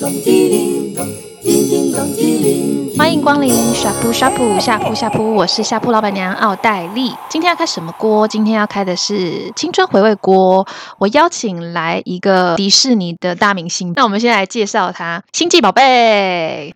咚叮铃咚，叮叮咚叮铃。欢迎光临呷哺呷哺下铺下铺，我是下铺老板娘奥黛丽。今天要开什么锅？今天要开的是青春回味锅。我邀请来一个迪士尼的大明星，那我们先来介绍他，《星际宝贝》。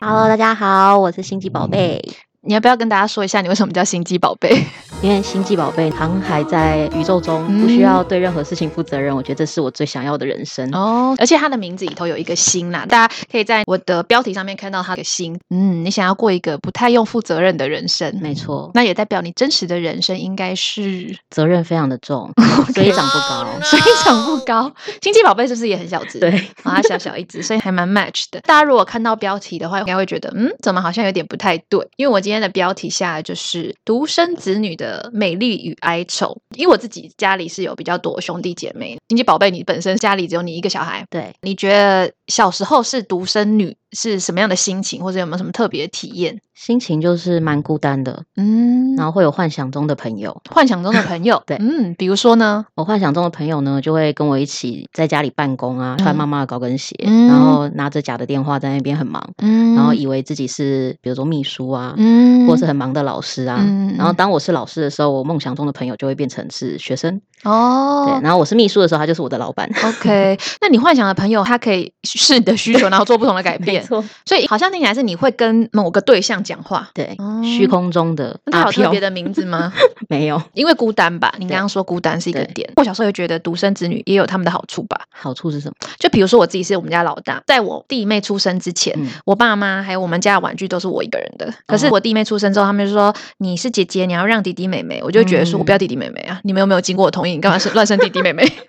Hello，大家好，我是星际宝贝。你要不要跟大家说一下，你为什么叫星际宝贝？嗯因为星际宝贝航海在宇宙中不需要对任何事情负责任，我觉得这是我最想要的人生。哦，而且他的名字里头有一个星啦，大家可以在我的标题上面看到他的星。嗯，你想要过一个不太用负责任的人生，没错，那也代表你真实的人生应该是责任非常的 重，所以长不高。水涨不高。星际宝贝是不是也很小只？ 对，啊，它小小一只，所以还蛮 match 的。大家如果看到标题的话，应该会觉得，嗯，怎么好像有点不太对？因为我今天的标题下来就是独生子女的美丽与哀愁。因为我自己家里是有比较多兄弟姐妹，星际宝贝，你本身家里只有你一个小孩，对，你觉得小时候是独生女是什么样的心情，或者有没有什么特别的体验？心情就是蛮孤单的，嗯，然后会有幻想中的朋友。幻想中的朋 友，对嗯，比如说呢，我幻想中的朋友呢，就会跟我一起在家里办公啊，穿妈妈的高跟鞋，嗯然后拿着假的电话在那边很忙，嗯然后以为自己是比如说秘书啊，嗯，或是很忙的老师啊。嗯然后嗯当我是老师的时候，我梦想中的朋友就会变成是学生。哦，对，然后我是秘书的时候，他就是我的老板。 OK，那你幻想的朋友，他可以 是你的需求，然后做不同的改 变。错，所以好像听起来是你会跟某个对象讲话。对，哦虚空中的那阿他有特飘别的名字吗？ 没有 因为孤单吧，你刚刚说孤单是一个对点。我小时候也觉得独生子女也有他们的好处吧。好处是什么？就比如说我自己是我们家老大，在我弟妹出生之前，嗯哦我爸妈还有我们家的玩具都是我一个人的。可是我弟妹出生之后，他们就说你是姐姐，你要让弟弟妹妹。我就觉得说嗯我不要弟弟妹妹啊！你们有没有经过我同意？你干嘛是乱生弟弟妹妹？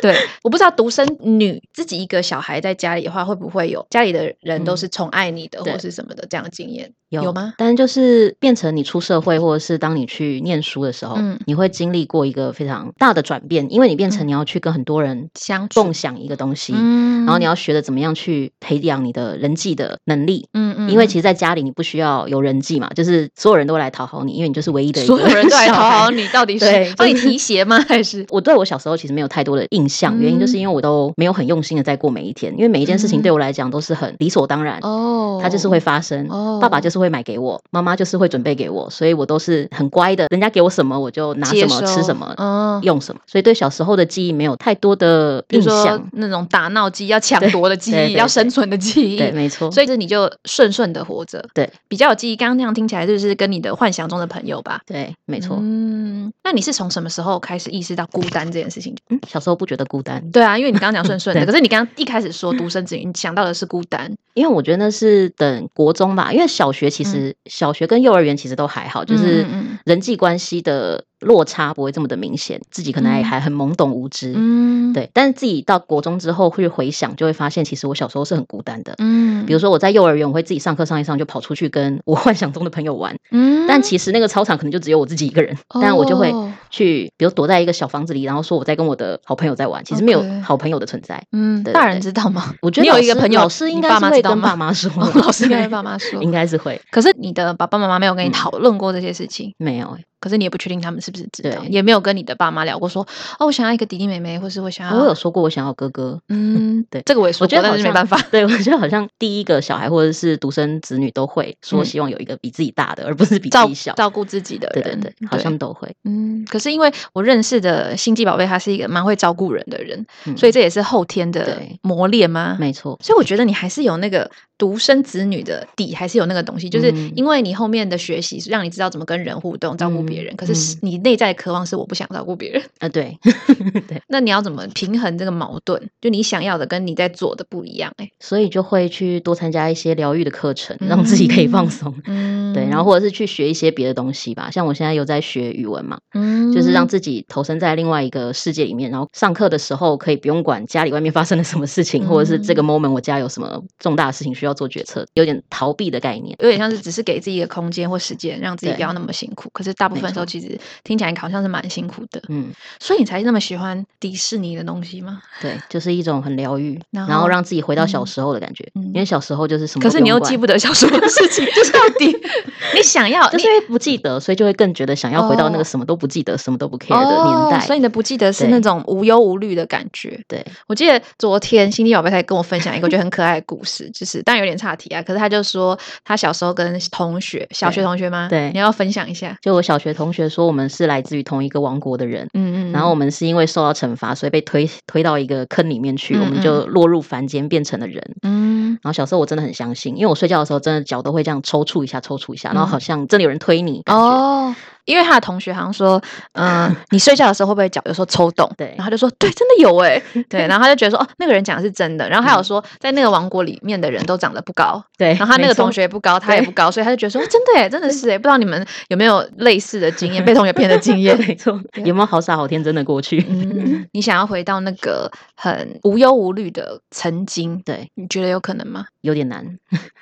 对，我不知道独生女自己一个小孩在家里的话，会不会有家里的人都是宠爱你的，嗯对或是什么的这样的经验有吗？但就是变成你出社会，或者是当你去念书的时候，嗯你会经历过一个非常大的转变，因为你变成嗯你要去跟很多人相处共，享一个东西，嗯然后你要学的怎么样去培养你的人际的能力。嗯嗯因为其实，在家里你不需要有人际嘛，就是所有人都会来讨好你，因为你就是唯一的一所个有人都来小讨孩好你，到底对是就帮你是提鞋吗？还是我对我小时候其实没有太多的印象，原因就是嗯因为我都没有很用心的在过每一天，因为每一件事情对我来讲都是很理所当然，哦它就是会发生。哦爸爸就是会买给我，妈妈就是会准备给我，所以我都是很乖的，人家给我什么我就拿接什么收吃什么。嗯，用什么？所以对小时候的记忆没有太多的比印如说象。那种打闹记忆、要抢对夺的记对忆、对要对生存的记忆，对，没错。所以这你就顺顺的活着，对，比较有记忆。刚刚那样听起来就是跟你的幻想中的朋友吧，对，没错。嗯，那你是从什么时候开始意识到孤单这件事情？ 嗯小时候不觉得孤单，对啊，因为你刚刚讲顺顺的，对可是你刚刚一开始说独生子女，你想到的是孤单，因为我觉得那是等国中吧，因为小学其实、小学跟幼儿园其实都还好，就嗯是嗯嗯人际关系的落差不会这么的明显，自己可能还嗯还很懵懂无知。嗯，，对，但是自己到国中之后会回想，就会发现其实我小时候是很孤单的。嗯，比如说我在幼儿园，我会自己上课上一上就跑出去跟我幻想中的朋友玩，嗯，但其实那个操场可能就只有我自己一个人，但我就会哦去，比如躲在一个小房子里，然后说我在跟我的好朋友在玩，其实没有 OK 好朋友的存在。嗯，对大对人对知道 吗？我觉得你有老一个师朋友老师你应该爸是妈会知道跟吗爸妈说哦，老师应该跟爸妈说，应该是会，可是你的爸爸妈妈没有跟你嗯讨论过这些事情，没有欸、可是你也不确定他们是不是知道，对也没有跟你的爸妈聊过说，哦，我想要一个弟弟妹妹，或是我想要，我有说过我想要哥哥，嗯， 对这个我啊也说我觉过，得但好是像没办 法，。对我觉得好像第一个小孩或者是独生子女都会说嗯希望有一个比自己大的，而不是比自照己小。照顾自己的对人，对对，好像都会。嗯，可是因为我认识的星际宝贝，他是一个蛮会照顾人的人，嗯所以这也是后天的对磨练吗？没错，所以我觉得你还是有那个独生子女的底，还是有那个东西，就是嗯因为你后面的学习让你知道怎么跟人互动、照顾别人。嗯可是是你内在的渴望是我不想照顾别人，啊、对， 对，那你要怎么平衡这个矛盾？就你想要的跟你在做的不一样、欸，哎，所以就会去多参加一些疗愈的课程，让自己可以放松。嗯对，然后或者是去学一些别的东西吧，像我现在有在学语文嘛，嗯就是让自己投身在另外一个世界里面，然后上嗯课的时候可以不用管家里外面发生了什么事情，或者是这个 moment 我家有什么重大的事情需要要做决策，有点逃避的概念。有点像是只是给自己一个空间或时间，让自己对不要那么辛苦。可是大部分没时候错其实听起来好像是蛮辛苦的，嗯，所以你才那么喜欢迪士尼的东西吗？对，就是一种很疗愈，然然后后让自己回到小嗯时候的感觉。嗯因为小时候就是什么，可是你又记，不得小时候的事情，就是到底 你想要就是因为不记得，所以就会更觉得想要回到那哦个什么都不记得、什么都不 care 你的年代。哦，所以你的不记得是那对种无忧无虑的感觉。对，我记得昨天星际宝贝才跟我分享一个我觉得很可爱的故事， 就是当然有点岔题啊，可是他就说他小时候跟同学，小学对同学吗？对你要分享一下。就我小学同学说，我们是来自于同一个王国的人。嗯嗯，然后我们是因为受到惩罚，所以被推推到一个坑里面去，我嗯嗯们就落入凡间，变成了人。嗯，然后小时候我真的很相信，因为我睡觉的时候真的脚都会这样抽搐一下，抽搐一下，然后嗯好像真的有人推你感觉。哦，因为他的同学好像说，嗯、你睡觉的时候会不会脚有时候抽动？对然后他就说对，真的有哎、 对，然后他就觉得说，哦，那个人讲的是真的。然后还嗯有说，在那个王国里面的人都长得不 高，对，然后他那没个错同学也不高，他也 对？不高，所以他就觉得说，哦真的哎、真的是哎、不知道你们有没有类似的经验，被同学骗的经验没错，有没有好傻好天真的过去？嗯，你想要回到那个很无忧无虑的曾经，对，你觉得有可能吗？有点难，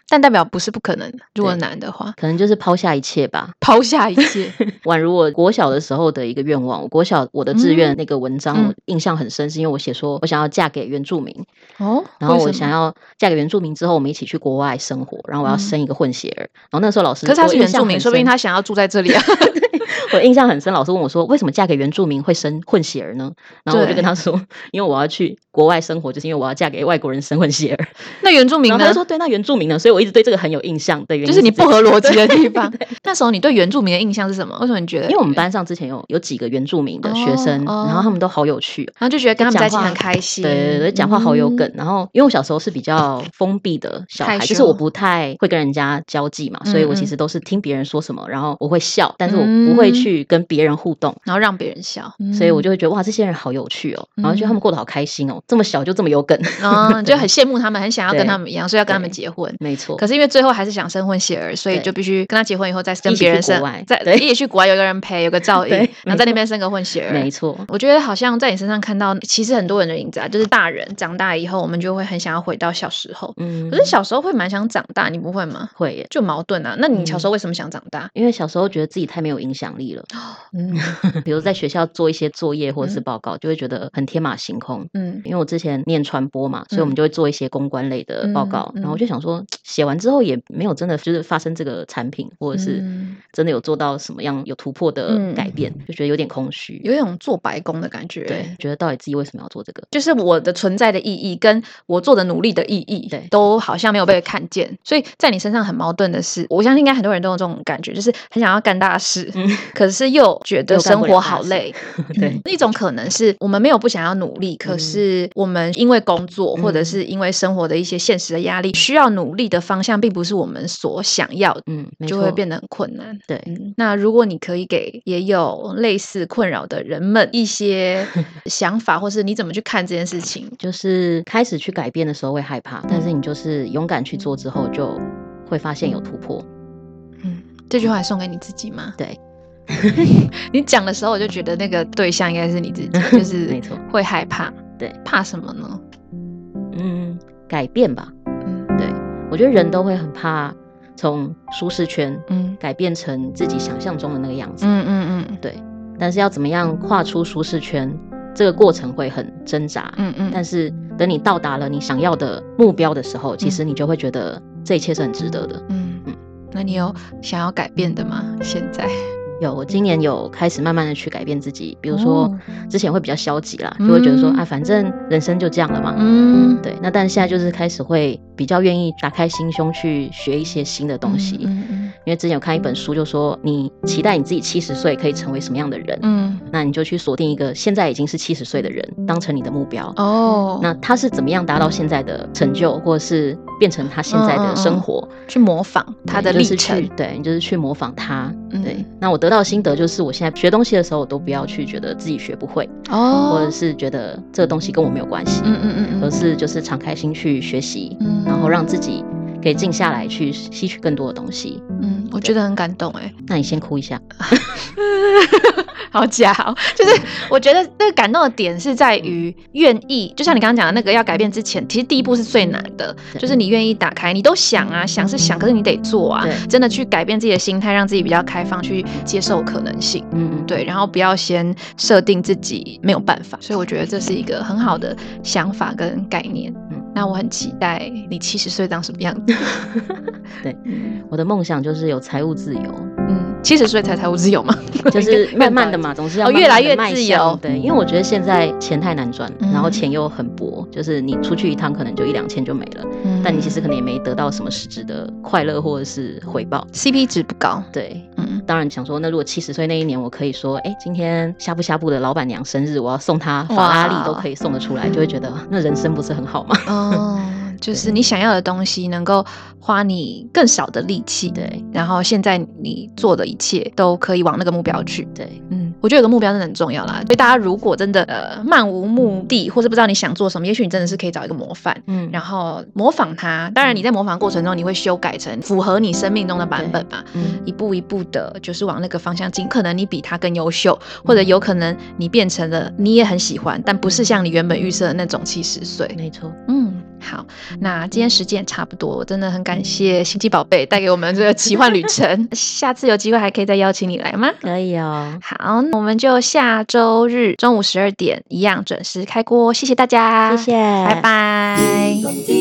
但代表不是不可能，如果对难的话，可能就是抛下一切吧。抛下一切。宛如我国小的时候的一个愿望，我国小我的志愿嗯那个文章，嗯我印象很深，是因为我写说我想要嫁给原住民， 哦，然后为我什想么，要嫁给原住民之后，我们一起去国外生活，然后我要嗯生一个混血儿。然后那时候老师，可是他我是印原象住民，很说不定深他想要住在这里 啊。我印象很深，老师问我说：“为什么嫁给原住民会生混血儿呢？”然后我就对跟他说：“因为我要去国外生活，就是因为我要嫁给外国人生混血儿。”那原住民然后他呢就？说：“对，那原住民呢？”所以我一直对这个很有印象的原因就是是你这不个合逻辑的地方。那时候你对原住民的印象是什么？为什么你觉得？因为我们，班上之前有有几个原住民的学生，哦然后他们都好有趣，哦然后就觉得跟他们在一起讲话很开心，对对对，讲话好有梗。嗯。然后因为我小时候是比较封闭的小孩，害就是我羞不太会跟人家交际嘛，所以我嗯嗯其实都是听别人说什么，然后我会笑，但是我不会嗯去跟别人互动。然后让别人笑，嗯所以我就就会觉得哇，这些人好有趣哦，然后觉得他嗯们过得好开心哦，这么小就这么有梗， 嗯，就很羡慕他们，很想要跟对他们一样，所以要跟他们对结婚。没错。可是因为最后还是想生混血儿，所以对就必须跟他结婚以后再跟一起别去人生国外，再对一起去国外有个人陪，有个照应 对，然后没在那错边生个混血儿。没错，我觉得好像在你身上看到，其实很多人的影子啊，就是大人长大以后，我们就会很想要回到小时候。嗯，可是小时候会蛮想长大，你不会吗？会耶，就矛盾啊。那你小嗯时候为什么想长大？因为小时候觉得自己太没有影响力了，嗯比如在学校做一些作业或者是嗯报告，就会觉得很天马行空。 嗯因为我之前念传播嘛，所以我嗯们就会做一些公关类的报嗯告，然嗯后我就想说，写完之后也没有真的就是发生这个产品，或者是嗯真的有做到什么样有突破的嗯改变，就觉得有点空虚。有一种做白工的感觉。对，，觉得到底自己为什么要做这个？就是我的存在的意义跟我做的努力的意义，对都好像没有被看见。所以在你身上很矛盾的是，我相信应该很多人都有这种感觉，就是很想要干大事，嗯，可是又觉得又干生不活了大好事累。 对嗯，一种可能是我们没有不想要努力，可嗯是我们因为工作或者嗯是因为生活的一些现实的压力，需要努力的方向并不是我们所想要的。嗯，没就会错变得很困难。对。嗯，那如果你可以给也有类似困扰的人们一 些想法，或是你怎么去看这件事情？就是开始去改变的时候会害怕，但是你就是勇敢去做之后，就会发现有突破。嗯，这句话送给你自己吗？对， 你讲的时候，我就觉得那个对象应该是你自己， 就是没错会害怕，对，怕什么呢？嗯，改变吧。嗯对我觉得人都会很怕从舒适圈嗯改变成自己想象中的那个样子。嗯嗯嗯对，但是要怎么样跨出舒适圈，这个过程会很挣扎。嗯嗯，但是等你到达了你想要的目标的时候，其实你就会觉得这一切是很值得的。嗯嗯，那你有想要改变的吗？现在，有，我今年有开始慢慢的去改变自己，比如说、哦之前会比较消极啦，就会觉得说、嗯啊，反正人生就这样了嘛。嗯，对，那但是现在就是开始会比较愿意打开心胸去学一些新的东西，嗯嗯因为之前有看一本书，就说你期待你自己七十岁可以成为什么样的人，嗯，那你就去锁定一个现在已经是七十岁的人当成你的目标。嗯哦，那他是怎么样达到现在的成就，或者是变成他现在嗯嗯的嗯生活？去模仿他的对历你就是程去，对你就是去模仿他。嗯对，那我得到的心得就是，我现在学东西的时候，我都不要去觉得自己学不会，哦，或者是觉得这个东西跟我没有关系，嗯嗯嗯而嗯是就是敞开心去学习，嗯，然后让自己可以静下来去吸取更多的东西。嗯，我我觉得很感动哎、那你先哭一下， 好假哦！嗯就是我觉得那个感动的点是在于愿嗯意，就像你刚刚讲的那个要改变之前，其实第一步是最难的，对嗯就是你愿意打开，你都想啊，想是想，可是你得做啊对，真的去改变自己的心态，让自己比较开放，去接受可能性。嗯，对，然后不要先设定自己没有办法，所以我觉得这是一个很好的想法跟概念。嗯那我很期待你七十岁长什么样子。 对嗯，我的梦想就是有财务自由，嗯，七十岁才财务自由嘛， 就是应该慢慢的。嘛，总是要哦慢慢越地来越迈自向由对，因为我觉得现在钱太难赚，嗯然后钱又很薄，就是你出去一趟可能就一两千就没了，嗯但你其实可能也没得到什么实质的快乐或者是回报。 CP 值不高。对，嗯，当然想说，那如果七十岁那一年，我可以说，哎、今天呷哺呷哺的老板娘生日，我要送她法拉利哇都可以送得出来，就会觉得那人生不是很好吗？ 哦，就是你想要的东西能够花你更少的力气。。 对然后现在你做的一切都可以往那个目标去，对，嗯，我觉得有个目标真的很重要啦。所以大家如果真的呃漫无目的，或是不知道你想做什么，也许你真的是可以找一个模范，嗯然后模仿他。当然你在模仿过程中，你会修改成符合你生命中的版本嘛。嗯一步一步的，就是往那个方向进。可能你比他更优秀，或者有可能你变成了你也很喜欢，但不是像你原本预设的那种七十岁。没错，嗯，好，那今天时间也差不多，我真的很感谢星际宝贝带给我们这个奇幻旅程。 下次有机会还可以再邀请你来吗？可以哦，好，那我们就下周日中午十二点一样准时开锅，谢谢大家，啊谢谢，拜拜。叮咚叮